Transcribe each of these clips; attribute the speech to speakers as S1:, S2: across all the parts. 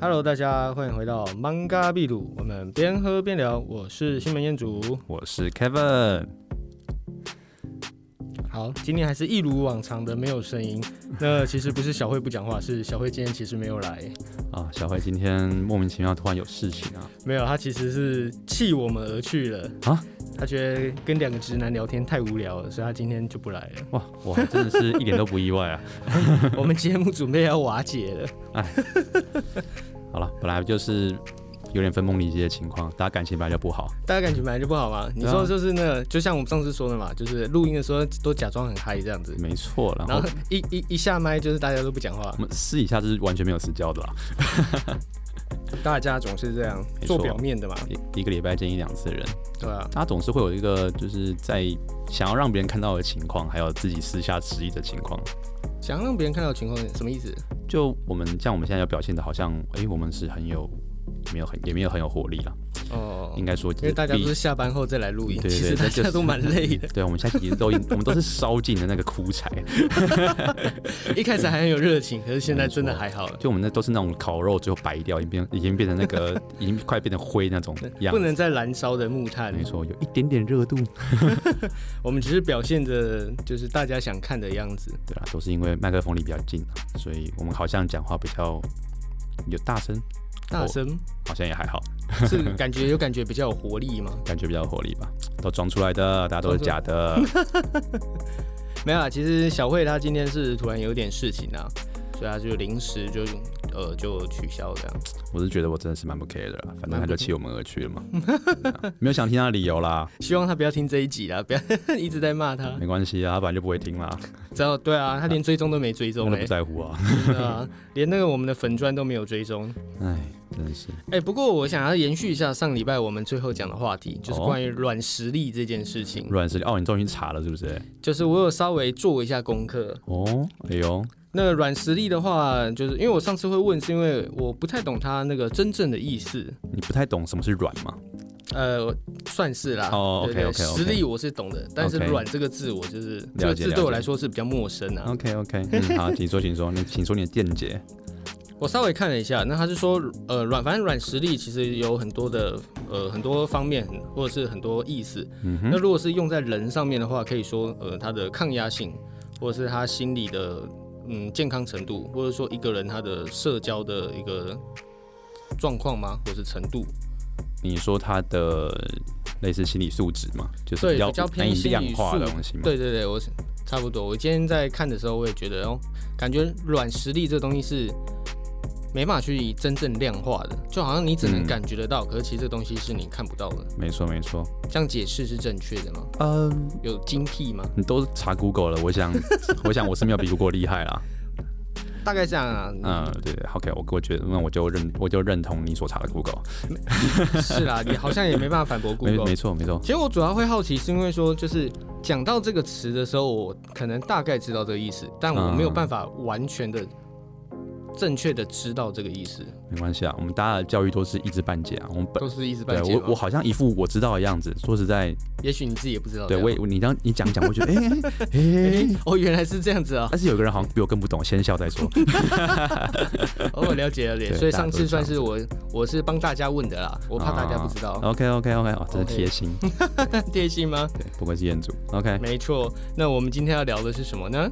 S1: Hello，大家欢迎回到 Manga 秘鲁，我们边喝边聊。我是新门彦祖。
S2: 我是 Kevin。
S1: 好，今天还是一如往常的没有声音。那其实不是小慧不讲话，是小慧今天其实没有来，
S2: 啊，小慧今天莫名其妙突然有事情啊，
S1: 没有，她其实是弃我们而去了
S2: 啊。
S1: 她觉得跟两个直男聊天太无聊了，所以她今天就不来了。
S2: 哇，我还真的是一点都不意外啊。
S1: 我们节目准备要瓦解了。
S2: 好了，本来就是有点分崩离析的情况，大家感情本来就不好。
S1: 大家感情本来就不好嘛。你
S2: 对啊
S1: 说就是那个，就像我们上次说的嘛，就是录音的时候都假装很嗨这样子，
S2: 没错，然
S1: 然
S2: 后
S1: 后一一一下麦就是大家都不讲话
S2: 我。们私底下就是完全没有私交的啦，
S1: 大家总是这样
S2: 没
S1: 做
S2: 错
S1: 表面的嘛，
S2: 一一个礼拜见一两次的人，
S1: 对啊。
S2: 他总是会有一个就是在想要让别人看到的情况，还有自己私下失忆的情况。
S1: 想让别人看到的情况是什么意思？
S2: 就我们像我们现在要表现的，好像诶，我们是很有没有很也没有很有活力啦，
S1: 哦，
S2: 应该说
S1: 因为大家
S2: 毕
S1: 都是下班后再来录音，
S2: 嗯对对
S1: 其实
S2: 对
S1: 大
S2: 这就
S1: 家
S2: 是
S1: 都蛮累 的。
S2: 对，我们现在其实都已经我们都是烧尽了那个枯柴，
S1: 一开始还很有热情，可是现在真的还好了，
S2: 就我们那都是那种烤肉最后白掉，已经变已经变成那个已经快变成灰那种样
S1: 不
S2: 子。
S1: 能再燃烧的木炭
S2: 没。错，有一点点热度，
S1: 我们只是表现着就是大家想看的样子。
S2: 对啦，都是因为麦克风离比较近啊，所以我们好像讲话比较有大声，
S1: 大声
S2: 好像也还好，
S1: 是感觉有感觉比较有活力 吗？
S2: 感觉比较有活力吧，都装出来的，大家都是假的，
S1: 没有啊，其实小慧她今天是突然有点事情啊，所以她就临时就呃就取消这样。
S2: 我是觉得我真的是蛮不 care 的啦，反正他就弃我们而去了嘛，对啊没有想听他的理由啦，
S1: 希望她不要听这一集啦，不要 一直在骂她。
S2: 没关系啊，他本来就不会 听啦，
S1: 知道对啊，她连追踪都没追
S2: 真
S1: 踪
S2: 的
S1: 哎、
S2: 不在乎啊，
S1: 真的啊，连那个我们的粉砖都没有追踪。
S2: 哎，真的是，
S1: 哎、不过我想要延续一下上礼拜我们最后讲的话题，
S2: 哦
S1: 就是关于软实力这件事情。
S2: 软实力哦，你终于查了是不是？
S1: 就是我有稍微做一下功课。
S2: 哦，哎呦，
S1: 那软实力的话，就是因为我上次会问，是因为我不太懂它那个真正的意思。
S2: 你不太懂什么是软嘛？
S1: 呃，算是啦。
S2: 哦
S1: 对对
S2: OK，OK，OK
S1: 实力我是懂的，但是
S2: OK
S1: 软这个字我就是这
S2: 了
S1: 个
S2: 解
S1: 字
S2: 了
S1: 对我
S2: 解
S1: 来说是比较陌生啊。
S2: OK OK，嗯，好，请说，请说，那请说你的见解。
S1: 我稍微看了一下，那他是说，呃，软反正软实力其实有很多的呃很多方面，或者是很多意思。
S2: 嗯
S1: 那
S2: 哼，
S1: 如果是用在人上面的话，可以说呃他的抗压性，或者是他心理的嗯健康程度，或者说一个人他的社交的一个状况吗，或是程度，
S2: 你说他的类似心理素质嘛，就是
S1: 对
S2: 比较
S1: 比较偏
S2: 难以
S1: 心理
S2: 量化的
S1: 素
S2: 东西嘛。，
S1: 对对对，我是差不多。我今天在看的时候，我也觉得哦，感觉软实力这东西是没办法去真正量化的，就好像你只能
S2: 嗯
S1: 感觉得到，可是其实这东西是你看不到的。
S2: 没错没错。
S1: 这样解释是正确的吗？
S2: 嗯，
S1: 有精辟吗？
S2: 你都查 Google 了，我 想，我想我是没有比 Google 厉害啦。
S1: 大概这样啊。
S2: 嗯，对对，OK，我我觉得那我就认我就认同你所查的 Google，
S1: 是 啦，你好像也没办法反驳
S2: 没
S1: Google
S2: 没。错没错。
S1: 其实我主要会好奇，是因为说，就是讲到这个词的时候，我可能大概知道这个意思，但我没有
S2: 嗯
S1: 办法完全的、正确的知道这个意思，
S2: 没关系啊，我们大家的教育都是一知半解啊。我们本
S1: 都是一知
S2: 对
S1: 半解
S2: 我我
S1: 嘛。
S2: 好像一副我知道的样子，说实在，
S1: 也许你自己也不哦知道这
S2: 对
S1: 样。
S2: 我也你这样你讲一讲，我觉得哎 哎哎，
S1: 哦，原来是这样子 啊！
S2: 但是有个人好像比我更不懂，先笑 再说。
S1: 哦，我了解了解，
S2: 对
S1: 所以
S2: 大家
S1: 上
S2: 都
S1: 次
S2: 是这
S1: 算
S2: 样
S1: 是我我是帮大家问的啦，我怕大家不知 道，
S2: OK OK OK，哦，真
S1: OK
S2: 是贴心，
S1: 贴心吗？
S2: 对，不愧是彦祖。OK，
S1: 没错，那我们今天要聊的是什么呢？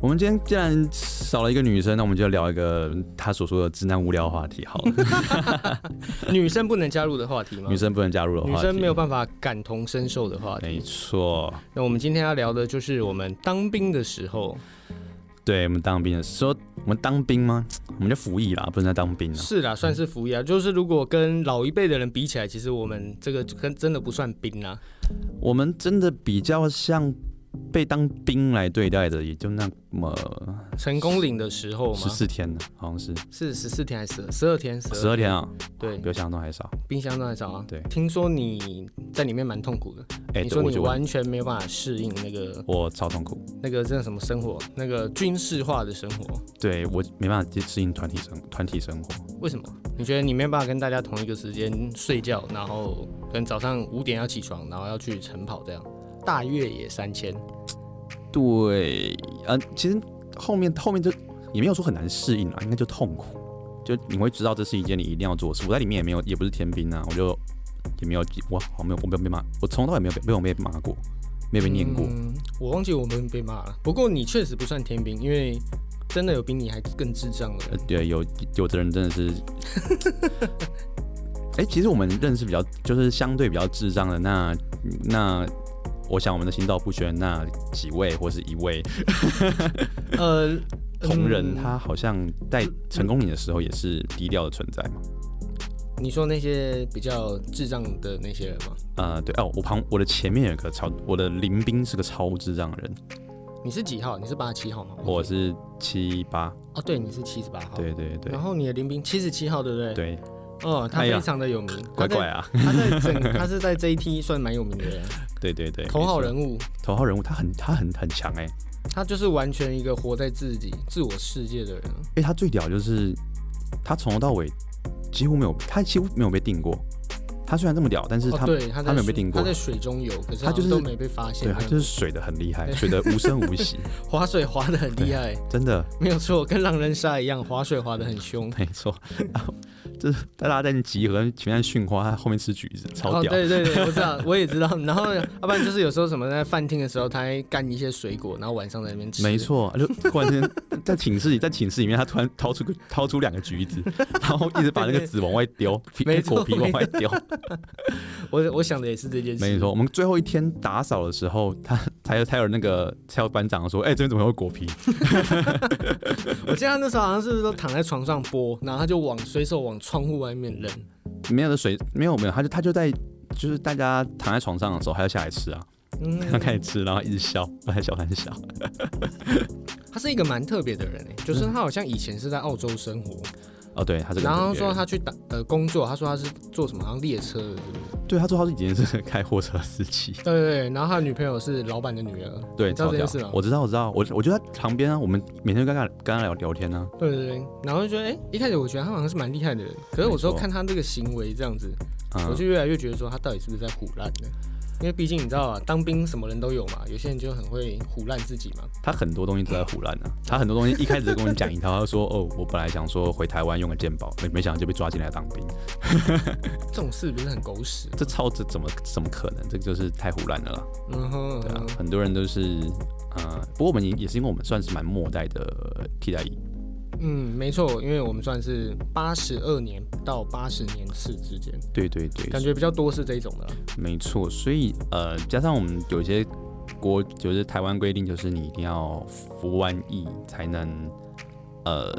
S2: 我们今天既然少了一个女生，那我们就聊一个她所说的直男无聊话题好 了。
S1: 女生不能加入的话题吗
S2: 女？生不能加入的话题，
S1: 女生没有办法感同身受的话
S2: 没
S1: 题。
S2: 错，
S1: 那我们今天要聊的就是我们当兵的时候，
S2: 对我们当兵的说，我们当兵吗？我们就服役啦，不能再当兵了。
S1: 是啦，算是服役啊。就是如果跟老一辈的人比起来，其实我们这个跟真的不算兵啊。
S2: 我们真的比较像被当兵来对待的，也就那么
S1: 成功领的时候
S2: 十
S1: 吗？
S2: 四天呢，好像是
S1: 是十四天还是十二天？
S2: 十二天啊，
S1: 对
S2: 比我想象中还少。
S1: 冰箱都很少啊。
S2: 对
S1: 听说你在里面蛮痛苦的，
S2: 哎，
S1: 你
S2: 对
S1: 说
S2: 我
S1: 你
S2: 就
S1: 完全没有办法适应那个
S2: 我超痛苦，
S1: 那个真的什么生活，那个军事化的生活，
S2: 对我没办法适应团体生团体生活。
S1: 为什么？你觉得你没有办法跟大家同一个时间睡觉，然后可能早上五点要起床，然后要去晨跑这样，大越野三千，
S2: 对，呃，其实后面后面就也没有说很难适应啊，应该就痛苦。就你会知道这是一件你一定要做的事。我在里面也没有，也不是天兵啊，我就也没有，我好没有，我没有被骂，我从头也没有被被我被骂过，没有被念过。
S1: 嗯我忘记我们被骂了。不过你确实不算天兵，因为真的有比你还更智障的
S2: 呃
S1: 人。，
S2: 对，有有的人真的是，哎、其实我们认识比较就是相对比较智障的那那，我想我们的心照不宣那几位或是一位
S1: 呃，
S2: 同仁，
S1: 嗯
S2: 他好像在成功你的时候也是低调的存在嘛。
S1: 你说那些比较智障的那些人吗？
S2: 呃，对哦，我旁我的前面有个超，我的林兵是个超智障的人，
S1: 你是几号？你是八十七号吗？
S2: 我是七八，
S1: 哦，对，你是七十八号。。
S2: 对对对
S1: 然后你的林兵七十七号，对不对？。
S2: 对，
S1: 哦，他
S2: 哎呀
S1: 非常的有名。
S2: 怪怪
S1: 啊。
S2: 啊，
S1: 他在整，他是在 JT 算蛮有名的 人，
S2: 对对对，
S1: 头号
S2: 没错
S1: 人物。
S2: 头号人物，他很他很很强哎、
S1: 他就是完全一个活在自己自我世界的人。
S2: 因为他最屌就是他从头到尾几乎没有，他几乎没有被定过。他虽然这么屌，但是他、
S1: 哦、对，他在
S2: 没有
S1: 水
S2: 被定过啊
S1: 他在水中游，可是
S2: 他
S1: 好像
S2: 就是
S1: 都没被发现这
S2: 对他
S1: 样。
S2: 就是水的很厉害，水的无声 无息，
S1: 划水划的很厉害，
S2: 真的
S1: 没有错，跟狼人杀一样，划水划的很 凶。
S2: 没错。然后就是大家在集合，前面训花，他后面吃橘子，超
S1: 哦，
S2: 屌。
S1: 对对对，我知道， 我也知道。然后，要不然就是有时候什么在饭厅的时候，他还干一些水果，然后晚上在那边吃。
S2: 没，错，就突然间在寝室里，在寝室里面，他突然掏出个掏出两个橘子，然后一直把那个籽往外丢，皮
S1: 没错
S2: 果皮往外丢。
S1: 我我想的也是这件事。
S2: 没错，我们最后一天打扫的时候，他才有才有那个才有班长说，哎、这边怎么有果皮？
S1: 我记得他那时候好像是不是都躺在床上播，然后他就往随手往窗户外面扔。
S2: 没有的水，没有没有，他就他就在就是大家躺在床上的时候，他就下来吃啊，
S1: 嗯，
S2: 他开始吃，然后一直笑，他笑他笑，
S1: 他是一个蛮特别的人诶，欸就是他好像以前是在澳洲生活，
S2: 哦对，他是个
S1: 然后
S2: 特别
S1: 说
S2: 人
S1: 他去打呃工作，他说他是做什么，好像列车的，对不对
S2: 对他说他是以前是开货车司机，
S1: 对对对，然后他的女朋友是老板的女儿，
S2: 对，
S1: 你知道
S2: 超
S1: 这
S2: 屌
S1: 件事吗，
S2: 我知道我知道，我我就在旁边啊，我们每天跟他跟他聊聊天啊，
S1: 对对对，然后就觉得，哎、一开始我觉得他好像是蛮厉害的人，可是我之后
S2: 没错
S1: 看他这个行为这样子，我
S2: 嗯，
S1: 就越来越觉得说他到底是不是在胡乱呢？因为毕竟你知道啊，当兵什么人都有嘛，有些人就很会胡乱自己嘛。
S2: 他很多东西都在胡乱啊，他很多东西一开始就跟我讲一套，他就说 哦，我本来想说回台湾用个鉴宝，没没想到就被抓进来当兵，
S1: 这种事不是很狗屎？
S2: 这超这怎么怎么可能？这就是太胡乱了啦。
S1: 嗯哼，
S2: 对啊
S1: 嗯哼，
S2: 很多人都是，呃，不过我们也也是因为我们算是蛮末代的替代役，
S1: 嗯，没错，因为我们算是八十二年到八十年次之间，
S2: 对对对，
S1: 感觉比较多是这一种的啦。
S2: 没错。所以呃，加上我们有一些国，就是台湾规定，就是你一定要服完役才能，呃，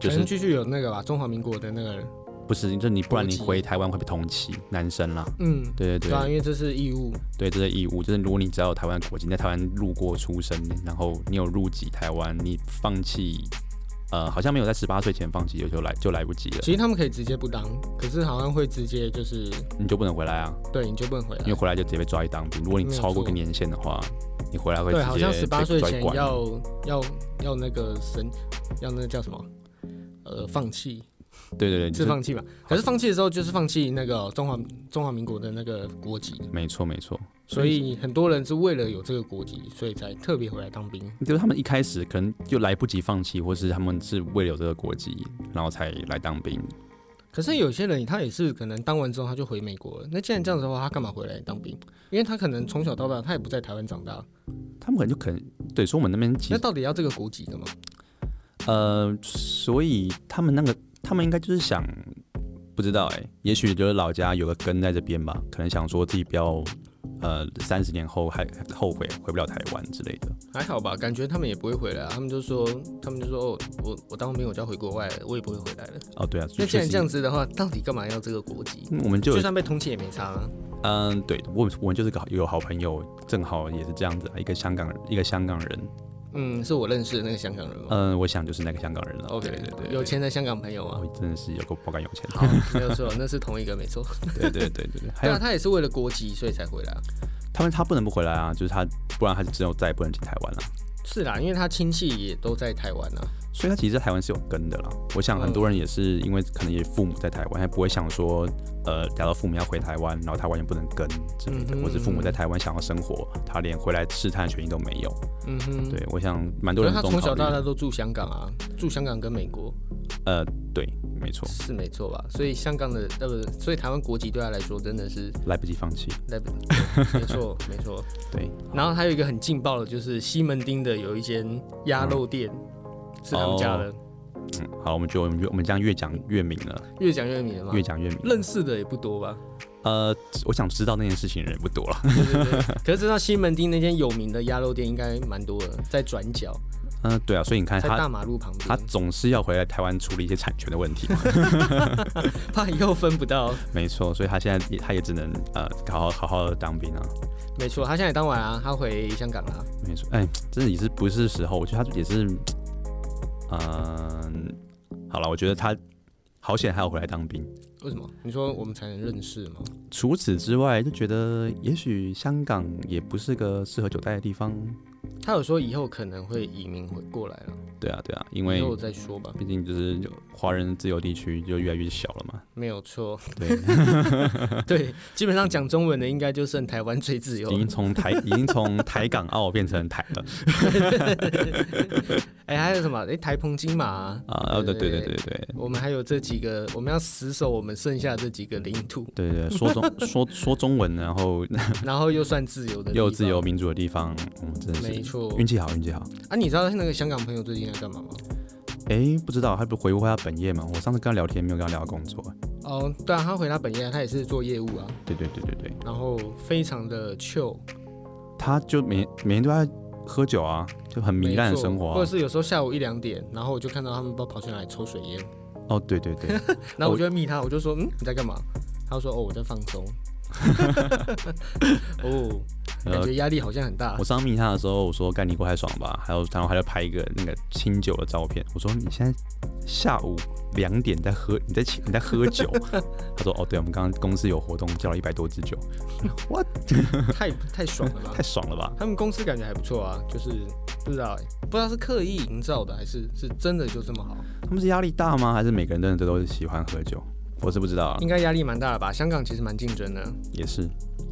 S2: 就
S1: 可
S2: 是
S1: 能继续有那个吧，中华民国的那个，
S2: 不是，就是你不然你
S1: 国籍
S2: 回台湾会被通缉，男生啦。
S1: 嗯，
S2: 对对
S1: 对啊，
S2: 对
S1: 因为这是义务，
S2: 对，这是义务，就是如果你只要有台湾国籍，你在台湾入过出生，然后你有入籍台湾，你放弃，呃，好像没有在十八岁前放弃，就就来就来不及了，
S1: 其实他们可以直接不当，可是好像会直接就是
S2: 你就不能回来啊。
S1: 对，你就不能回来
S2: 因为。回来就直接被抓去当兵。如果你超过一个年限的话，你回来会直
S1: 对，
S2: 接
S1: 好像
S2: 被
S1: 十八岁
S2: 抓去
S1: 前
S2: 关
S1: 要要要那个神，要那个叫什么？呃，放弃
S2: 对对对，就是是
S1: 放弃吧？可是放弃的时候就是放弃那个哦中华中华民国的那个国籍，
S2: 没错没错。
S1: 所以很多人是为了有这个国籍，所以才特别回来当兵。
S2: 就是他们一开始可能就来不及放弃，或是他们是为了有这个国籍，然后才来当兵。
S1: 可是有些人他也是可能当完之后他就回美国了，那既然这样子的话，他干嘛回来当兵？因为他可能从小到大他也不在台湾长大，
S2: 他们可能就可能对，所以我们那边其
S1: 那
S2: 实
S1: 到底要这个国籍的吗？
S2: 呃，所以他们那个他们应该就是想，不知道哎、也许就是老家有个根在这边吧，可能想说自己不要呃三十年后还后悔回不了台湾之类的。
S1: 还好吧，感觉他们也不会回来、啊，他们就说他们就说哦，我我当兵我就要回国外了，我也不会回来了。
S2: 哦，对啊，
S1: 那既
S2: 确
S1: 然
S2: 实
S1: 这样子的话，到底干嘛要这个国籍？
S2: 嗯我们就有
S1: 就算被通缉也没差、啊。
S2: 嗯，对我我就是个好有好朋友，正好也是这样子，啊一个香港人，一个香港人，
S1: 嗯，是我认识的那个香港人哦吗、
S2: 嗯，我想就是那个香港人了。
S1: o k
S2: 对对对，
S1: 哦有钱的香港朋友
S2: 对，
S1: 啊，
S2: 我真的是有够爆肝有 钱。
S1: 没有错，那是同一个，没错。
S2: 对对对对对，还
S1: 对啊，
S2: 有
S1: 他也是为了国籍所以才回来啊。
S2: 他们他不能不回来啊，就是他不然他就只有再也不能进台湾了。
S1: 是啦，因为他亲戚也都在台湾啊。
S2: 所以他其实在台湾是有根的啦。我
S1: 嗯
S2: 想很多人也是因为可能也父母在台湾，他不会想说呃假如父母要回台湾，然后他完全不能跟之类的，
S1: 嗯哼
S2: 或者父母
S1: 嗯哼
S2: 在台湾想要生活，他连回来试探的权利都没有。
S1: 嗯哼，。
S2: 对我想蛮多
S1: 可是
S2: 人
S1: 他
S2: 这种
S1: 从
S2: 考
S1: 小
S2: 虑
S1: 到大都住香港啊，住香港跟美国。
S2: 呃，对，没错，
S1: 是没错吧？所以香港的呃，不，所以台湾国籍对他来说真的是
S2: 来不及放弃。嗯
S1: 那没错 没错。
S2: 对，
S1: 然后还有一个很劲爆的，就是西门町的有一间鸭肉店，是他们家的，
S2: 嗯，好，我们就我们就我们这样越讲越明了，
S1: 越讲越迷了嘛
S2: 越。讲越明。
S1: 嗯啊认识的也不多 吧？
S2: 呃，我想知道那件事情的人也不多了。
S1: 对对对。可是知道西门町那间有名的鸭肉店应该蛮多的，在转角，
S2: 嗯、对啊，所以你看
S1: 在
S2: 他
S1: 大马路旁
S2: 他
S1: 边，
S2: 总是要回来台湾处理一些产权的问题嘛，
S1: 怕以后分不到。
S2: 没错，所以他现在也他也只能呃好好好好的当兵啊，
S1: 没错，他现在也当完啊，他回香港啦、
S2: 没错，哎、真的也是不是时候，我觉得他也是，嗯，好了，我觉得他好险还有回来当兵。
S1: 为什么？你说我们才能认识吗？
S2: 除此之外，就觉得也许香港也不是个适合久待的地方。
S1: 他有说以后可能会移民回过来了，
S2: 对啊，对啊，因
S1: 以
S2: 为
S1: 后再说吧。
S2: 毕竟就是华人自由地区就越来越小了嘛。
S1: 没有错，
S2: 对，
S1: 对，基本上讲中文的应该就剩台湾最自由
S2: 已
S1: 了。
S2: 经从台已经从台港澳变成台了
S1: 哎、还有什么？哎、台澎金马、啊。
S2: 啊！对对对对对
S1: 我们还有这几个，我们要死守我们剩下这几个领土，
S2: 对对，说中说说中文，然后
S1: 然后又算自由的，
S2: 又自由。民主的地方，嗯，真的
S1: 没
S2: 是
S1: 错
S2: 运气好，运气好。
S1: 啊，你知道那个香港朋友最近在干嘛吗？
S2: 哎，不知道他不回过他本业吗？我上次跟他聊天，没有跟他聊到工作。
S1: 哦，对啊，他回他本业，他也是做业务啊，
S2: 对对对对对，
S1: 然后非常的 chill，
S2: 他就每每天都在喝酒啊，就很糜烂
S1: 没
S2: 的
S1: 错
S2: 生活、
S1: 或
S2: 啊
S1: 者。是有时候下午一两点，然后我就看到他们不知道跑去哪里抽水 烟，
S2: 哦，对对 对，
S1: 然后我就会密他，我就说，嗯，你在干嘛？他说，哦，我在放 松。哦，感觉压力好像很大
S2: 我。上次密他的时候，我说干你过来爽吧，还有然后他就拍一个那个清酒的照片，我说你现在下午两点在喝，你在清你在喝酒？ 他说哦，对，我们刚刚公司有活动，叫了一百多支酒，
S1: 嗯太太爽了吧
S2: 太？爽了吧？
S1: 他们公司感觉还不错啊，就是不知道、欸、不知道是刻意营造的，还是是真的就这么好？
S2: 他们是压力大吗？还是每个人真的都是喜欢喝酒？我是不知道啊，
S1: 应该压力蛮大的吧？香港其实蛮竞争的，
S2: 也是，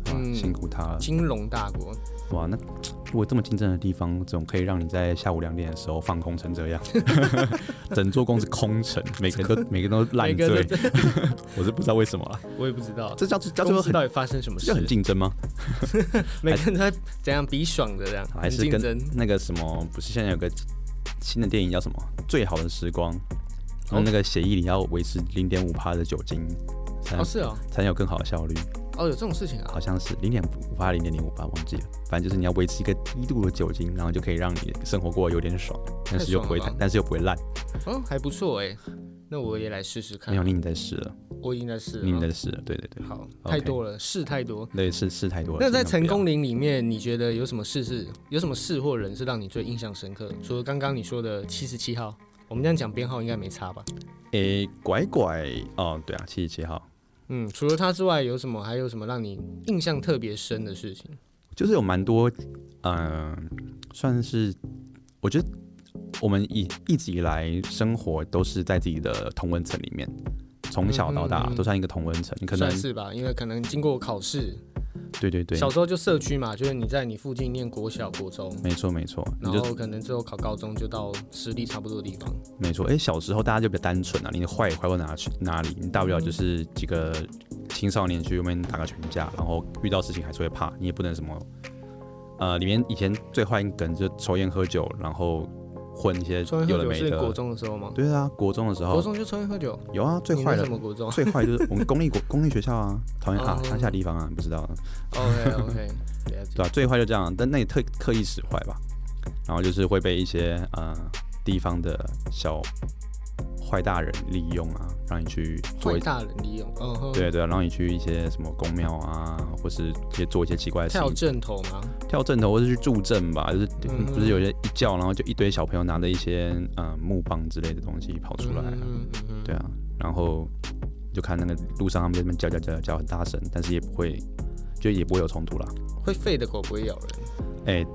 S2: 啊
S1: 嗯
S2: 辛苦他了。
S1: 金融大国。
S2: 哇，那如果这么竞争的地方，总可以让你在下午两点的时候放空成这样， 整座公司空城，每个人都每个人都烂
S1: 每个
S2: 醉
S1: 人，
S2: 我是不知道为什么了。
S1: 我也不知道，
S2: 这叫做叫
S1: 公
S2: 做
S1: 司
S2: 很
S1: 到底发生什么
S2: 这
S1: 事
S2: 叫？很竞争吗？
S1: 每个人都在怎样比爽的这样，
S2: 还
S1: 很
S2: 是
S1: 竞
S2: 跟
S1: 争。
S2: 那个什么，不是现在有个新的电影叫什么《最好的时光》，然后
S1: 哦
S2: 那个协议里要维持零点五帕的酒精，才
S1: 哦，是哦，
S2: 才能有更好的效率，
S1: 哦，有这种事情啊
S2: 好。像是零点五帕、零点零五帕，忘记了。反正就是你要维持一个低度的酒精，然后就可以让你生活过得有点爽，但是又不会
S1: 太爽了吧
S2: 但是又不会烂。
S1: 哦，还不错哎、那我也来试试
S2: 没
S1: 看
S2: 有，。你已经在试了，
S1: 我已经在试了
S2: 你已经
S1: 吗。
S2: 在试了，对对对，
S1: 好，
S2: OK
S1: 太多了，事太多。
S2: 对是试太多了。
S1: 那在
S2: 尽量
S1: 成
S2: 不要
S1: 功林里面，你觉得有什么事是有什么事或人是让你最印象深刻？除了刚刚你说的七十七号，我们这样讲编号应该没差吧？
S2: 诶、拐拐哦，对啊，七十七号，
S1: 嗯，除了他之外，有什么还有什么让你印象特别深的事情？
S2: 就是有蛮多，嗯、算是我觉得我们一一直以来生活都是在自己的同温层里面，从小到
S1: 嗯
S2: 大
S1: 嗯嗯
S2: 都算一个同温层，你可能
S1: 算是吧，因为可能经过考试，
S2: 对对对，
S1: 小时候就社区嘛，就是你在你附近念国小、国中，
S2: 没错没错，你
S1: 然
S2: 就
S1: 后可能之后考高中就到私立差不多的地方。
S2: 没错，哎、小时候大家就比较单纯啊，你坏也坏不到哪去哪里，你大不了
S1: 嗯
S2: 就是几个青少年去外面打个群架，然后遇到事情还是会怕，你也不能什么，呃，里面以前最坏一梗就抽烟喝酒，然后混一些
S1: 抽烟
S2: 有
S1: 喝
S2: 的
S1: 酒
S2: 没
S1: 是国
S2: 的。
S1: 中的时候吗？
S2: 对啊，国中的时候
S1: 国，中就抽烟喝酒，
S2: 有啊，最
S1: 你
S2: 坏
S1: 是
S2: 的
S1: 什，么 国 中
S2: 最坏就是我们公立国公立学校啊，讨厌啊
S1: 哦，
S2: 乡下地方啊，你不知道，
S1: ？OK OK，了解
S2: 对。吧、最坏就这样，但那也特刻意使坏吧，然后就是会被一些呃地方的小坏大人利用啊，让你去做
S1: 坏
S2: 一
S1: 大人利用，嗯哼，
S2: 对对啊，让你去一些什么公庙啊，或是一些做一些奇怪的事
S1: 跳
S2: 情，
S1: 正头吗？
S2: 跳正头或是去助阵吧，就是、
S1: 嗯
S2: 不是有些一叫，然后就一堆小朋友拿着一些呃木棒之类的东西跑出来啊、
S1: 嗯嗯嗯，
S2: 对啊，然后就看那个路上他们在那边叫叫叫叫很大声，但是也不会，就也不会有冲突啦。
S1: 会吠的狗不会咬人。
S2: 哎、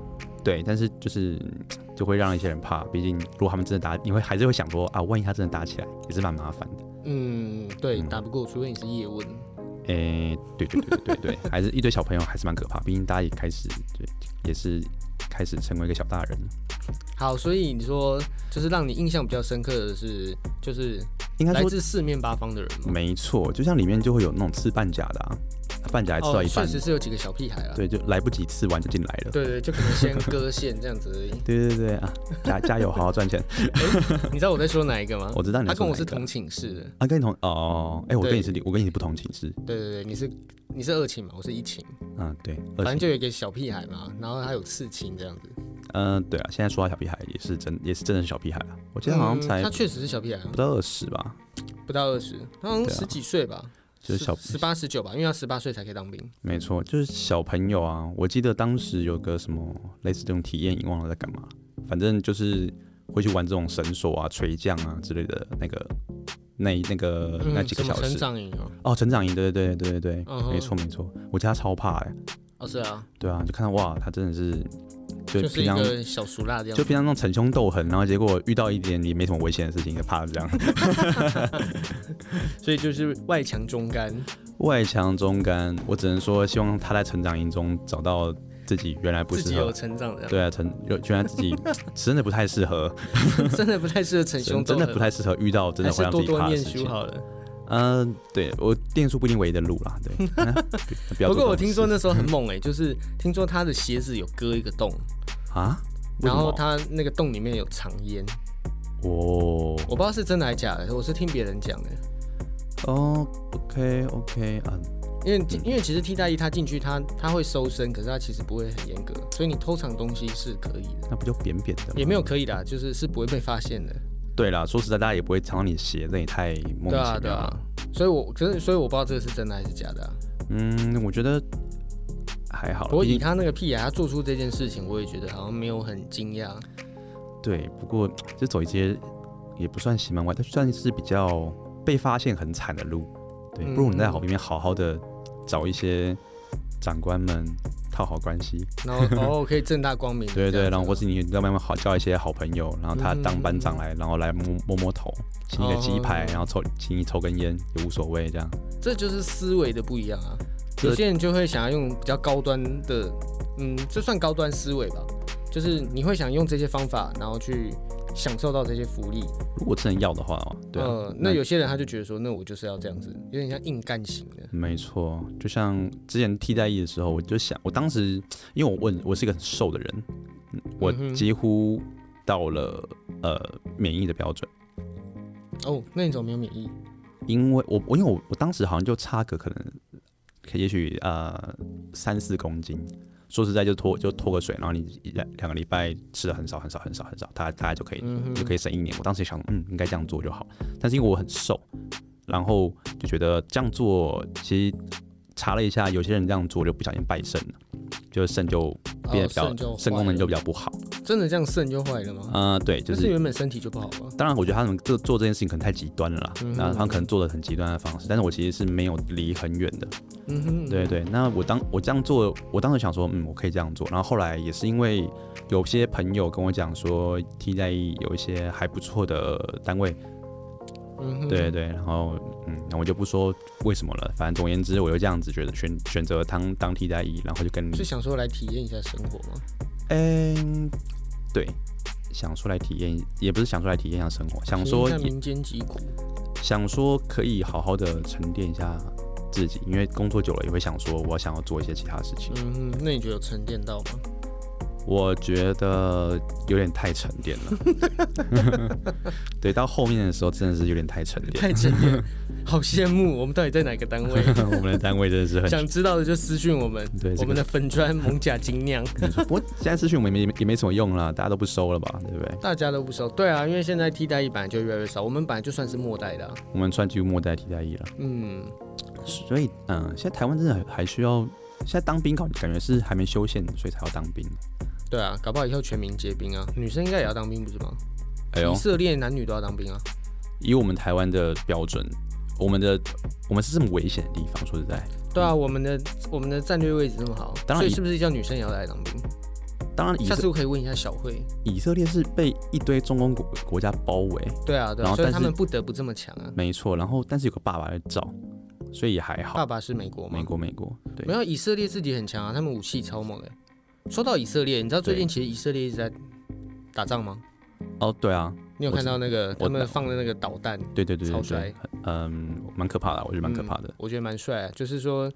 S2: 对，但是就是嗯就会让一些人怕，毕竟如果他们真的打，你会还是会想说啊，万一他真的打起来，也是蛮麻烦的。
S1: 嗯，对，
S2: 嗯
S1: 打不过，除非你是叶问。
S2: 哎、对对对对对， 还是一堆小朋友还是蛮可怕，毕竟大家也开始对，也是开始成为一个小大人了。
S1: 好，所以你说就是让你印象比较深刻的是，就是
S2: 应该
S1: 来
S2: 说
S1: 自四面八方的人嘛。
S2: 没错，就像里面就会有那种吃半甲的、啊，半甲还吃到
S1: 哦，
S2: 一
S1: 确
S2: 半，
S1: 实是有几个小屁孩啊。
S2: 对，就来不及吃完就进来了。
S1: 对对，就可能先割线这样子而已。
S2: 对对对啊，加加油，好好赚钱。
S1: 你知道我在说哪一个吗？
S2: 我知道你
S1: 他
S2: 在说
S1: 跟我
S2: 哪
S1: 是
S2: 一个
S1: 同寝室的。
S2: 啊，跟你同哦，哎、我跟
S1: 对
S2: 你是我跟你是不同寝室，
S1: 对对对，你是你是二寝嘛，我是一寝，
S2: 嗯，对，
S1: 反
S2: 而
S1: 正
S2: 且
S1: 就有一个小屁孩嘛，然后他有刺青这样子。
S2: 嗯、对啊，现在说他小屁孩也是真也是真的是小屁孩啊，我记得好像
S1: 嗯
S2: 才
S1: 他确实是小屁孩啊，
S2: 不到二十吧，
S1: 不到二十，他好像
S2: 对啊
S1: 十几岁吧，
S2: 就是小
S1: 十八十九吧，因为他十八岁才可以当兵。
S2: 没错，就是小朋友啊。我记得当时有个什么类似这种体验营，忘了在干嘛，反正就是会去玩这种绳索啊、垂降啊之类的那个那一那个那
S1: 嗯，
S2: 几个
S1: 什么
S2: 小时
S1: 成。长营哦，
S2: 哦，成长营，对对对对对对
S1: 嗯哼
S2: 没错没错，我家超怕哎、
S1: 哦是啊，
S2: 对啊，就看到哇，他真的是，就
S1: 就是
S2: 平
S1: 一
S2: 常
S1: 个小熟辣这样
S2: 就。平常那种逞凶斗狠，然后结果遇到一点也没什么危险的事情，就怕这样。
S1: 所以就是外强中干，
S2: 外强中干，我只能说希望他在成长营中找到自己原来不
S1: 自己
S2: 适
S1: 有
S2: 合。
S1: 成长的，
S2: 对啊，成有原来自己真的不太适合，
S1: 真的不太适合逞
S2: 真
S1: 凶斗
S2: 真
S1: 狠，
S2: 的不太适合遇到真的
S1: 还
S2: 会
S1: 是
S2: 让自
S1: 多
S2: 己
S1: 多
S2: 怕的
S1: 念
S2: 事
S1: 书
S2: 情。
S1: 好了。
S2: 嗯、对我念书不一定唯一的路啦， 对。 嗯不要
S1: 不
S2: 做
S1: 过我
S2: 这种
S1: 听说
S2: 事
S1: 那时候很猛哎、就是听说他的鞋子有割一个洞，
S2: 啊，为
S1: 然
S2: 什
S1: 后
S2: 么
S1: 他那个洞里面有藏烟，
S2: 哦
S1: 我不知道是真的还假的，我是听别人讲的。
S2: 哦，OK OK 啊，
S1: 因为因为其实替代役他进去他他会搜身，可是他其实不会很严格，所以你偷藏东西是可以的，
S2: 那不就扁扁的吗？
S1: 也没有可以的啊，就是是不会被发现的。
S2: 对啦，说实在，大家也不会藏到你鞋，那也太
S1: 对
S2: 莫名其妙了。
S1: 啊对啊，所以我可是所以我不知道这个是真的还是假的、啊。
S2: 嗯，我觉得还好啦。
S1: 不过
S2: 毕
S1: 以
S2: 竟
S1: 他那个屁啊眼，他做出这件事情，我也觉得好像没有很惊 讶。
S2: 对，不过就走一些也不算邪门歪，但算是比较被发现很惨的路。对，不如你在
S1: 嗯
S2: 好里面好好的找一些长官们套好关系，
S1: 然后哦，可以正大光明。
S2: 对对，
S1: 这样子
S2: 然后
S1: 啊嗯
S2: 或是你要慢慢好交一些好朋友，然后他当班长来，然后来摸摸摸头，请你个鸡排，
S1: 哦
S2: 然后抽请你抽根烟也无所谓这样。
S1: 这就是思维的不一样啊。
S2: 这
S1: 有些人就会想要用比较高端的，嗯，这算高端思维吧，就是你会想用这些方法，然后去享受到这些福利。
S2: 如果真的要的话，对啊、
S1: 呃，那有些人他就觉得说，那我就是要这样子，有点像硬干型的。
S2: 没错，就像之前替代役的时候，我就想，我当时因为我问我是一个很瘦的人，嗯我
S1: 嗯哼
S2: 几乎到了呃免疫的标准，
S1: 哦，那你怎么没有免疫？
S2: 因为我我因为我我当时好像就差个可能，可也许呃三四公斤，说实在就脱就脱个水，然后你一两两个礼拜吃的很少很少很少很少，大大概就可以
S1: 嗯哼
S2: 就可以省一年。我当时想，嗯，应该这样做就好。但是因为我很瘦，然后就觉得这样做，其实查了一下，有些人这样做就不小心败肾了，就是肾就变得
S1: 哦
S2: 比较、
S1: 肾就
S2: 肾
S1: 坏
S2: 功能
S1: 了
S2: 就比较不好。
S1: 真的这样肾就坏了吗？
S2: 嗯、对，
S1: 就
S2: 就
S1: 是是原本身体就不好吗？
S2: 当然，我觉得他们做做这件事情可能太极端了啦，
S1: 嗯
S2: 那、后他们可能做的很极端的方式，但是我其实是没有离很远的，
S1: 嗯哼，
S2: 对对。那我当我这样做，我当时想说，嗯，我可以这样做，然后后来也是因为有些朋友跟我讲
S1: 嗯
S2: 说，替代役有一些还不错的单位，
S1: 嗯哼，
S2: 对对，然后嗯，那我就不说为什么了，反正总而言之，我就这样子觉得选选择当当替代役，然后就跟
S1: 是想说来体验一下生活吗？
S2: 嗯，对，想出来体验，也不是想出来体验一下生活，想说
S1: 体验一
S2: 也
S1: 下民间疾苦，
S2: 想说可以好好的沉淀一下自己，因为工作久了也会想说，我想要做一些其他事情。
S1: 嗯哼，那你觉得有沉淀到吗？
S2: 我觉得有点太沉淀了，对，到后面的时候真的是有点太沉淀。
S1: 太沉 淀，好羡慕。我们到底在哪个单位？
S2: 我们的单位真的是很
S1: 想知道的就私讯我们，
S2: 对，
S1: 我
S2: 这
S1: 们
S2: 个
S1: 的粉砖蒙甲精酿，
S2: 没错不过现在资讯我们也没也没什么用了，大家都不收了吧，对不对？
S1: 大家都不熟。对啊，因为现在替代一本来就越来越少，我们本来就算是末代的啊、
S2: 我们算几乎末代替代役了，
S1: 嗯，
S2: 所以嗯、呃现在台湾真的还还需要，现在当兵感感觉是还没修宪，所以才要当兵。
S1: 对啊，搞不好以后全民皆兵啊，女生应该也要当兵不是吗？
S2: 哎呦
S1: 以，色列男女都要当兵啊。
S2: 以我们台湾的标准，我们的我们是这么危险的地方，说实在，
S1: 对啊，我们的我们的战略位置这么好，
S2: 当然
S1: 所以
S2: 以
S1: 是不是叫女生也要来当兵？
S2: 当然以
S1: 下
S2: 色
S1: 次我可以问一下小慧。
S2: 以色列是被一堆中东国国家包围，
S1: 对啊，对
S2: 然
S1: 啊，
S2: 后
S1: 所以
S2: 但是
S1: 他们不得不这么强啊。
S2: 没错。然后但是有个爸爸在罩，所以也还好。
S1: 爸爸是美国吗？
S2: 美国，美国，对
S1: 没，有，以色列自己很强啊，他们武器超猛的。说到以色列，你知道最近
S2: 对
S1: 其实以色列一直在打仗吗？
S2: 哦，对啊，
S1: 你有看到那个他们放的那个导弹，
S2: 对对对对
S1: 超
S2: 对
S1: 帅，
S2: 嗯，蛮可怕的，我觉得蛮可怕的
S1: 嗯。我觉得蛮帅的。就是说，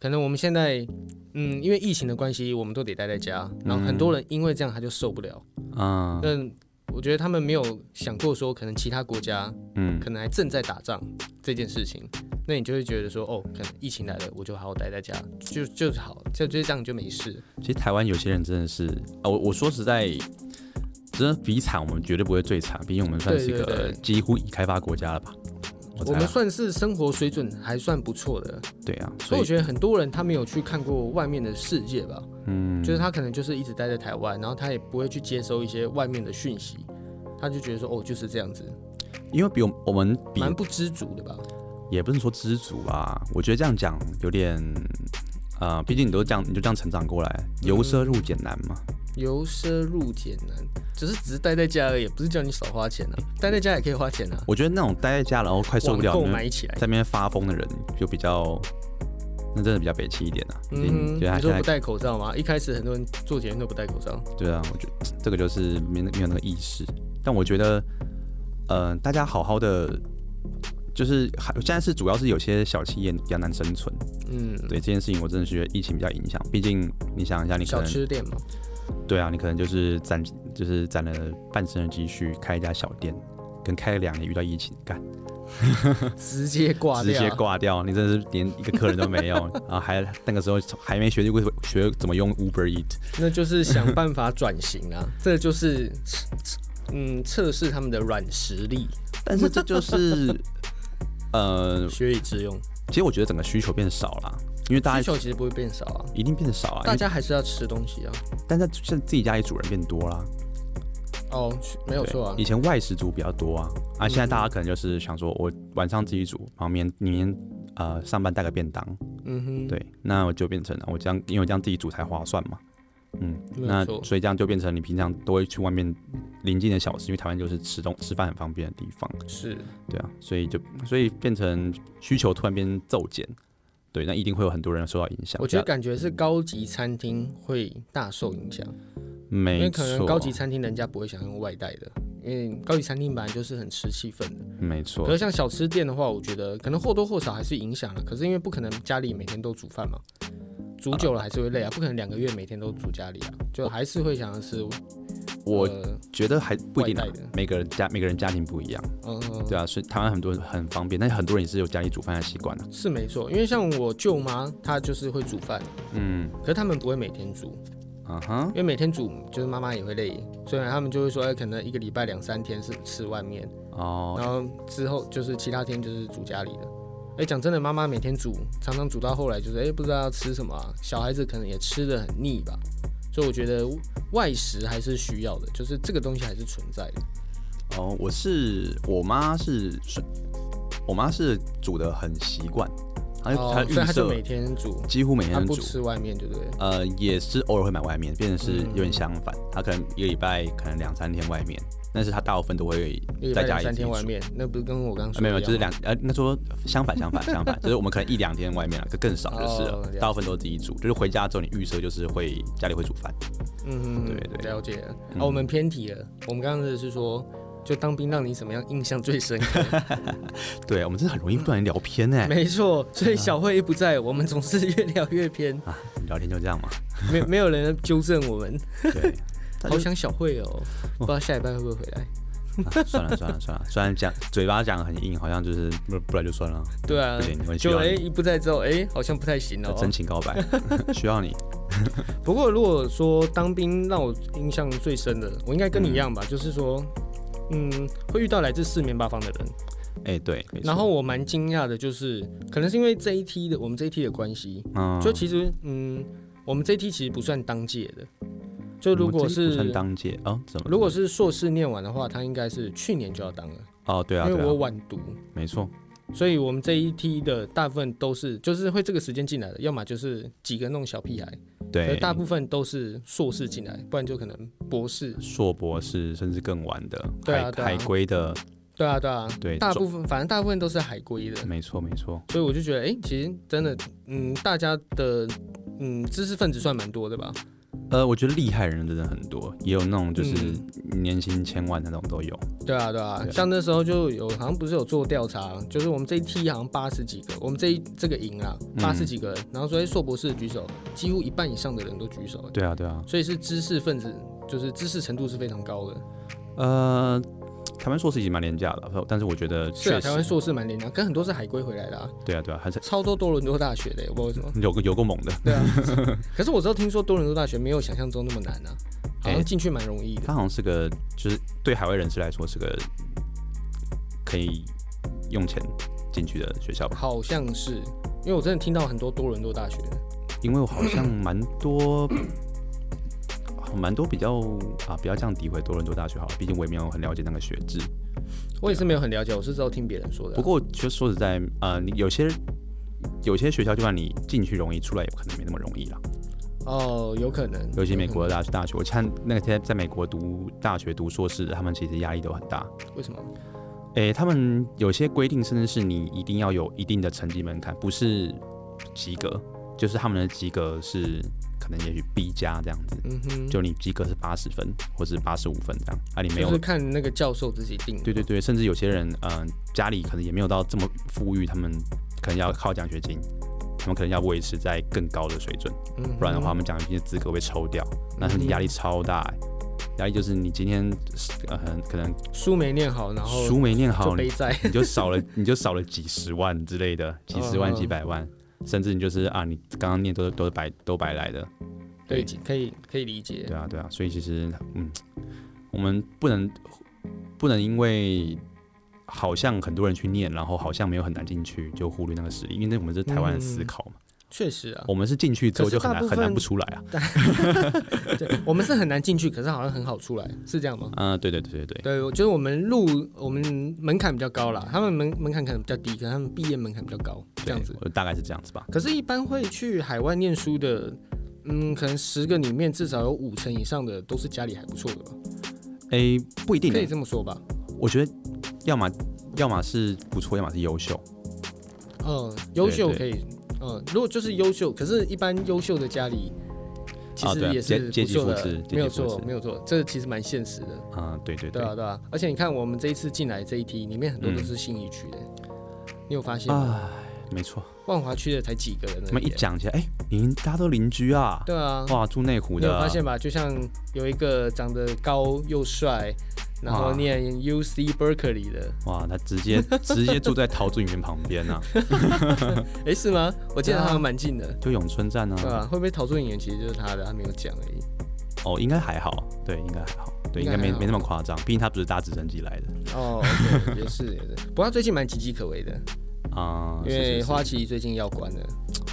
S1: 可能我们现在，嗯，因为疫情的关系，我们都得待在家，然后很
S2: 嗯
S1: 多人因为这样他就受不了。
S2: 啊，
S1: 但我觉得他们没有想过说，可能其他国家
S2: 嗯，
S1: 可能还正在打仗这件事情，那你就会觉得说，哦，可能疫情来了，我就好好待在家，就就好，就就这样就没事。
S2: 其实台湾有些人真的是，啊，我我说实在，真的比惨，我们绝对不会最惨，毕竟我们算是一
S1: 对对
S2: 个
S1: 对
S2: 几乎已开发国家了吧？我
S1: 我
S2: 猜
S1: 们
S2: 啊，
S1: 算是生活水准还算不错的，
S2: 对啊，
S1: 所
S2: 所
S1: 以我
S2: 以
S1: 觉得很多人他没有去看过外面的世界吧，
S2: 嗯，
S1: 就是他可能就是一直待在台湾，然后他也不会去接收一些外面的讯息，他就觉得说，哦，就是这样子，
S2: 因为比我们我们比
S1: 蛮不知足的吧。
S2: 也不是说知足啊，我觉得这样讲有点，啊，毕竟你都这样，你就这样成长过来，由奢入俭难嘛。
S1: 由奢入俭难，只是只是待在家而已，不是叫你少花钱啊，待在家也可以花钱啊，
S2: 我觉得那种待在家然后快受不了，
S1: 网购
S2: 你就
S1: 买起来。
S2: 在那边发疯的人就比较，那真的比较北气一点啊。毕竟
S1: 嗯
S2: 觉
S1: 哼，
S2: 得他
S1: 你说
S2: 现
S1: 不
S2: 在
S1: 戴口罩吗？一开始很多人做节目都不戴口罩，
S2: 对啊，我觉得这个就是没没有那个意识。但我觉得，呃，大家好好的，就是还现在是主要是有些小企业比较难生存。
S1: 嗯，
S2: 对这件事情，我真的觉得疫情比较影响。毕竟你想一下，你可
S1: 小
S2: 能
S1: 吃店嘛，
S2: 对啊，你可能就是攒就是攒了半生的积蓄开一家小店，跟开了两年遇到疫情，干。
S1: 直接挂
S2: 直
S1: 掉，
S2: 接挂掉，你真的是连一个客人都没有， 然后还那个时候还没学会学怎么用 Uber Eat，
S1: 那就是想办法转型啊， 这就是嗯测试他们的软实力，
S2: 但是这就是，呃，
S1: 学以致用。
S2: 其实我觉得整个需求变少了，因为大
S1: 需
S2: 家
S1: 求其实不会变少啊，
S2: 一定变少啊，因
S1: 大
S2: 为
S1: 家还是要吃东西啊。
S2: 但是现在自己家里主人变多啦，
S1: 哦，没有
S2: 对，
S1: 错啊
S2: 以，前外食族比较多啊，啊，现在大家可能就是想说我晚上自己煮，然后明天明天呃上班带个便当，
S1: 嗯哼，
S2: 对，那我就变成了我这样，因为我这样自己煮才划算嘛。嗯，
S1: 没有
S2: 那
S1: 错
S2: 所以这样就变成你平常都会去外面邻近的小吃，因为台湾就是吃东吃饭很方便的地方，
S1: 是
S2: 对啊，所以就所以变成需求突然变骤减，对，那一定会有很多人受到影响。
S1: 我觉得
S2: 这
S1: 感觉是高级餐厅会大受影响，
S2: 样
S1: 因为
S2: 没
S1: 可
S2: 错，
S1: 能高级餐厅人家不会想用外带的，因为高级餐厅本来就是很吃气氛的。
S2: 没
S1: 可
S2: 错
S1: 是，像小吃店的话，我觉得可能或多或少还是影响了。可是因为不可能家里每天都煮饭嘛，煮久了还是会累啊，不可能两个月每天都煮家里啊，就还是会想要吃。
S2: 我
S1: 呃
S2: 觉得还不一定、啊
S1: 外带的，
S2: 每个人家每个人家庭不一样，
S1: 嗯、
S2: 对啊，所以台湾很多人很方便，但是很多人也是有家里煮饭的习惯啊的，
S1: 是没错。因为像我舅妈，她就是会煮饭，
S2: 嗯，
S1: 可是他们不会每天煮，
S2: 啊哈
S1: 因，为每天煮就是妈妈也会累，所以他们就会说，哎，可能一个礼拜两三天是吃外面，
S2: 哦，
S1: 然后之后就是其他天就是煮家里的。哎，讲真的，妈妈每天煮，常常煮到后来就是哎不知道要吃什么啊、小孩子可能也吃的很腻吧，所以我觉得外食还是需要的，就是这个东西还是存在的。
S2: 哦，我是我妈是是，我妈是煮的很习惯，她就她
S1: 哦，
S2: 哎预
S1: 所以他就
S2: 设
S1: 每天煮，
S2: 几乎每
S1: 他
S2: 天
S1: 不
S2: 煮，
S1: 吃外面，对不对？
S2: 呃，也是偶尔会买外面，变成是有
S1: 嗯
S2: 点相反，她可能一个礼拜可能两三天外面，但是她大部分都会
S1: 一个礼拜
S2: 在家
S1: 两
S2: 里
S1: 三
S2: 自己
S1: 天
S2: 煮
S1: 外。面，那不是跟我刚刚
S2: 啊
S1: 说
S2: 没有，
S1: 的
S2: 没有
S1: 一
S2: 就是
S1: 样吗
S2: 两呃，那说相反，相反，相 反，就是我们可能一两天外面啊，更更少就是了
S1: 哦了解
S2: 大部分都是自己煮，就是回家之后你预设就是会家里会煮饭，
S1: 嗯，
S2: 对对嗯
S1: 了解了。啊，我们偏题了，我们刚刚的是说，就当兵让你什么样印象最深 刻？
S2: 对，我们真的很容易不然聊偏哎、
S1: 没错，所以小慧一不在，我们总是越聊越偏，
S2: 啊，聊天就这样嘛，
S1: 没没有人能纠正我们。
S2: 对，但
S1: 好
S2: 是
S1: 想小慧哦，不知道下一班会不会回来？
S2: 啊算了算了算了，虽然讲嘴巴讲得很硬，好像就是不不然就算了，
S1: 对啊
S2: 不行我很，需
S1: 就
S2: 要
S1: 哎
S2: 你
S1: 一不在之后，哎好像不太行哦。
S2: 真情告白 需要你
S1: 不过如果说当兵让我印象最深的，我应该跟你一样吧，就是说，嗯，会遇到来自四面八方的人。
S2: 哎、对，没错
S1: 然后我蛮惊讶的，就是可能是因为这一梯的我们这一梯的关系，
S2: 嗯，
S1: 就其实嗯，我们这一梯其实不算当届的，就如
S2: 我
S1: 果
S2: 们这不算
S1: 是。
S2: 当届啊、哦，怎么
S1: 如果是硕士念完的话，他应该是去年就要当了，
S2: 哦对啊
S1: 因
S2: 对
S1: 为我
S2: 啊，
S1: 晚读，
S2: 没错，
S1: 所以我们这一批的大部分都是，就是会这个时间进来的，要么就是几个那种小屁孩，可
S2: 对，
S1: 大部分都是硕士进来，不然就可能博士。
S2: 硕博士甚至更晚的，
S1: 对啊
S2: 海
S1: 对啊
S2: 海归的，
S1: 对啊，对啊，
S2: 对
S1: 大
S2: 中
S1: 部分反正大部分都是海归的，
S2: 没错没错，
S1: 所以我就觉得，哎、其实真的，嗯，大家的嗯知识分子算蛮多的吧。
S2: 呃，我觉得厉害人真的很多，也有那种就是
S1: 嗯
S2: 年薪千万那种都有。
S1: 对啊，对啊
S2: 对，啊
S1: 像那时候就有，好像不是有做调查，就是我们这一梯好像八十几个，我们这一这个营啊，
S2: 嗯
S1: 八十几个人，然后所以硕博士举手，几乎一半以上的人都举手，
S2: 对啊，对啊。
S1: 所以是知识分子，就是知识程度是非常高的。
S2: 呃，台湾硕士已经蛮廉价了，但是我觉得
S1: 是啊，
S2: 确实
S1: 台，湾硕士蛮廉价，跟很多是海归回来的啊，
S2: 对啊，对啊，还是
S1: 超多多伦多大学的，我不知道为 什么。
S2: 有个有够猛的。
S1: 对啊， 可是我知道听说多伦多大学没有想象中那么难啊，好像
S2: 哎
S1: 进去蛮容易的。
S2: 它好像是个，就是对海外人士来说是个可以用钱进去的学校吧？
S1: 好像是，因为我真的听到很多多伦多大学的，
S2: 因为我好像蛮多，好蛮多比较啊，不要这样诋毁多伦多大学好了，毕竟我也没有很了解那个学制。
S1: 我也是没有很了解，我是知道听别人说的啊、
S2: 不过其实说实在，呃，你有些有些学校就算你进去容易，出来也可能没那么容易啦。
S1: 哦，有可能，
S2: 尤其美
S1: 有
S2: 国的大学，大学我看那个在在美国读大学读硕士的，他们其实压力都很大。
S1: 可能为什么？
S2: 诶、他们有些规定，甚至是你一定要有一定的成绩门槛，不是及格，就是他们的及格是可能也许 B 加这样子，
S1: 嗯哼，
S2: 就你及格是八十分或是八十五分这样，啊，你没
S1: 就
S2: 有
S1: 是，看那个教授自己定。
S2: 对对对，甚至有些人，嗯、家里可能也没有到这么富裕，他们可能要靠奖学金，他们可能要维持在更高的水准，
S1: 嗯哼，
S2: 不然的话，他们奖学金的资格被抽掉，那他们压力超大、欸，压力就是你今天，呃，可能
S1: 书没念好，然后
S2: 书没念
S1: 就
S2: 好，
S1: 背债。
S2: 你就少了，你就少了几十万之类的，几十
S1: 嗯
S2: 万、
S1: 嗯
S2: 几百万，甚至你就是啊，你刚刚念都是都是白都白来的，
S1: 对，可以可以理解
S2: 对。啊，对啊，所以其实嗯，我们不能不能因为好像很多人去念，然后好像没有很难进去，就忽略那个实力，因为那我们是台湾人思考嘛，
S1: 确实啊，
S2: 我们是进去之
S1: 嗯
S2: 后
S1: 可是
S2: 就很
S1: 大
S2: 难
S1: 部分
S2: 很难不出来啊，
S1: 对，我们是很难进去，可是好像很好出来，是这样吗？
S2: 嗯、对对对对对，
S1: 对，我觉得我们入我们门槛比较高啦，他们门门槛可能比较低，可能他们毕业门槛比较高，这样
S2: 对
S1: 子。
S2: 我大概是这样子吧，
S1: 可是，一般会去海外念书的，嗯，可能十个里面至少有五成以上的都是家里还不错的吧，
S2: 诶，不一定
S1: 可
S2: 欸、
S1: 以这么说吧？
S2: 我觉得要么要么是不错，要么是优秀，
S1: 嗯，优秀
S2: 对
S1: 可以，嗯，如果就是优秀，可是一般优秀的家里其
S2: 啊
S1: 实
S2: 对啊
S1: 也是
S2: 阶阶
S1: 不
S2: 级
S1: 错
S2: 复
S1: 的，
S2: 制阶级
S1: 没有
S2: 复
S1: 错，
S2: 制
S1: 没有错，这其实蛮现实的，
S2: 嗯、对对
S1: 对
S2: 对。
S1: 啊，对啊，而且你看我们这一次进来这一批，里面很多都是信义区的，你有发现吗？
S2: 唉，没错，
S1: 万华区的才几个人而已，
S2: 啊他们一讲起来，哎、您大家都邻居啊，
S1: 对啊，
S2: 哇，住内湖
S1: 你
S2: 的
S1: 有
S2: 啊，
S1: 发现吧？就像有一个长得高又帅，然后
S2: 哇
S1: 念 UC Berkeley 的，
S2: 哇，他直接直接住在桃子影院旁边啊，
S1: 诶，是吗？我记得
S2: 对啊
S1: 好像蛮近的，
S2: 就永春站
S1: 对吧、
S2: 啊，
S1: 会不会逃出演员其实就是他的，他没有讲而已。
S2: 哦，应该还好，对，应该还好，对，
S1: 应
S2: 应
S1: 该
S2: 该没
S1: 还好
S2: 没那么夸张，毕竟他不是搭直升机来的
S1: 哦，对，也是也是，不过他最近蛮岌岌可危的，
S2: 啊，
S1: 因
S2: 是
S1: 为
S2: 是是
S1: 花旗最近要关了，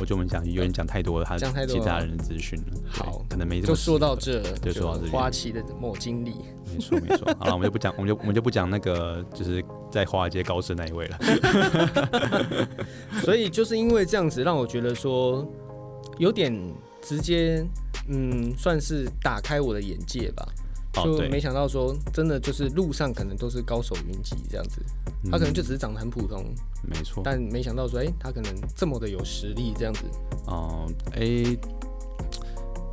S2: 我觉得我们讲有点讲太多了，他
S1: 讲太多
S2: 其
S1: 了
S2: 他人的资讯了，对
S1: 好
S2: 可能没这
S1: 就
S2: 么
S1: 说到
S2: 适
S1: 这，
S2: 对说到这
S1: 就
S2: 边
S1: 花旗的某经理，
S2: 合，没错没错，好了，我们就不讲，我们就我们就不讲那个就是在华尔街高盛那一位了，
S1: 所以就是因为这样子，让我觉得说有点直接，嗯，算是打开我的眼界吧。
S2: 哦
S1: 就
S2: 对
S1: 没想到说，真的就是路上可能都是高手云集这样子，
S2: 嗯
S1: 他可能就只是长得很普通，
S2: 没错，
S1: 但没想到说，哎、他可能这么的有实力这样子。
S2: 哦，诶，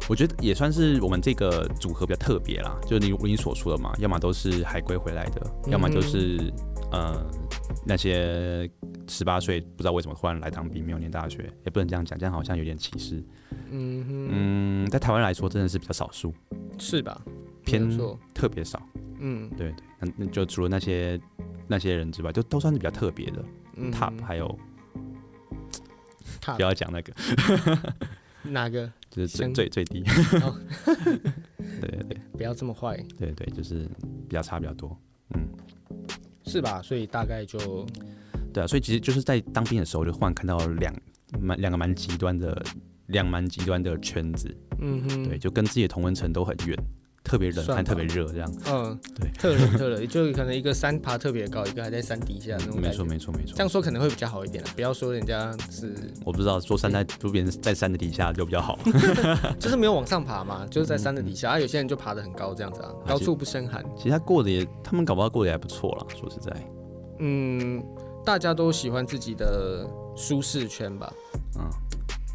S2: 我觉得也算是我们这个组合比较特别啦，就你你所说的嘛，要么都是海归回来的，
S1: 嗯
S2: 要么就是呃那些十八岁不知道为什么忽然来当兵，没有念大学，也不能这样讲，这样好像有点歧视。
S1: 嗯
S2: 嗯，在台湾来说真的是比较少数，
S1: 哼，是吧？
S2: 偏
S1: 没有错，
S2: 特别少。
S1: 嗯
S2: 对对，那那就除了那些那些人之外，就都算是比较特别的、
S1: 嗯
S2: top，还有
S1: 踏
S2: 不要讲那个，
S1: 哪个？
S2: 就是最
S1: 先
S2: 最最低。
S1: 哦
S2: 对 对对。
S1: 不要这么坏，
S2: 对对，就是比较差比较多。嗯
S1: 是吧？所以大概就
S2: 对啊，所以其实就是在当兵的时候，就忽然看到两蛮两个蛮极端的两蛮极端的圈子，
S1: 嗯哼，
S2: 对，就跟自己的同温层都很远，特别冷
S1: 算
S2: 还特
S1: 吧
S2: 别热这样。
S1: 嗯，
S2: 对
S1: 特冷特冷，就可能一个山爬特别高，一个还在山底下那种
S2: 没
S1: 感觉
S2: 错。没错没
S1: 这样
S2: 错，
S1: 说可能会比较好一点啦，不要说人家是
S2: 我不知道说山在就变成在山的底下就比较好。
S1: 就是没有往上爬嘛，就是在山的底
S2: 嗯
S1: 下，啊，有些人就爬得很高这样子啊，
S2: 而且
S1: 高处不胜寒。
S2: 其实他过得也，他们搞不好过得也还不错啦。说实在，
S1: 嗯，大家都喜欢自己的舒适圈吧。
S2: 嗯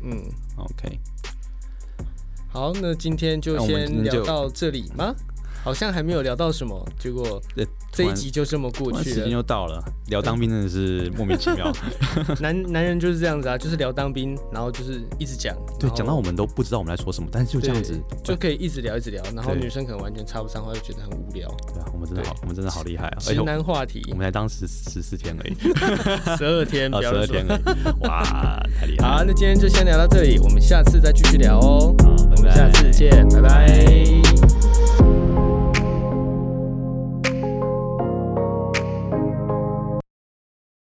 S1: 嗯，
S2: ，OK，
S1: 好，那今天就
S2: 那我们今
S1: 先
S2: 天
S1: 聊
S2: 就
S1: 到这里吗？好像还没有聊到什么，结果
S2: 呃
S1: 这
S2: 突
S1: 一
S2: 然
S1: 集就这么
S2: 突
S1: 过
S2: 然
S1: 去
S2: 时间
S1: 了。
S2: 又到了，聊当兵真的是莫名其妙。
S1: 男男人就是这样子啊，就是聊当兵，然后就是一直讲，
S2: 对，
S1: 然后
S2: 讲到我们都不知道我们在说什么，但是就这样子，
S1: 就可以一直聊一直聊，然后
S2: 对
S1: 女生可能完全插不上话，就觉得很无聊。
S2: 对啊，我们真的好，我们真的好厉害啊！而
S1: 直
S2: 且我
S1: 男话题
S2: 我，们才当时十四天而已，
S1: 十二 天，
S2: 啊，
S1: 不
S2: 十
S1: 要乱说
S2: 二天而已，哇，太厉害
S1: 好，
S2: 了！
S1: 那今天就先聊到这里，我们下次再继续聊哦。
S2: 好，
S1: 我
S2: 拜
S1: 们
S2: 拜，
S1: 下次见，拜拜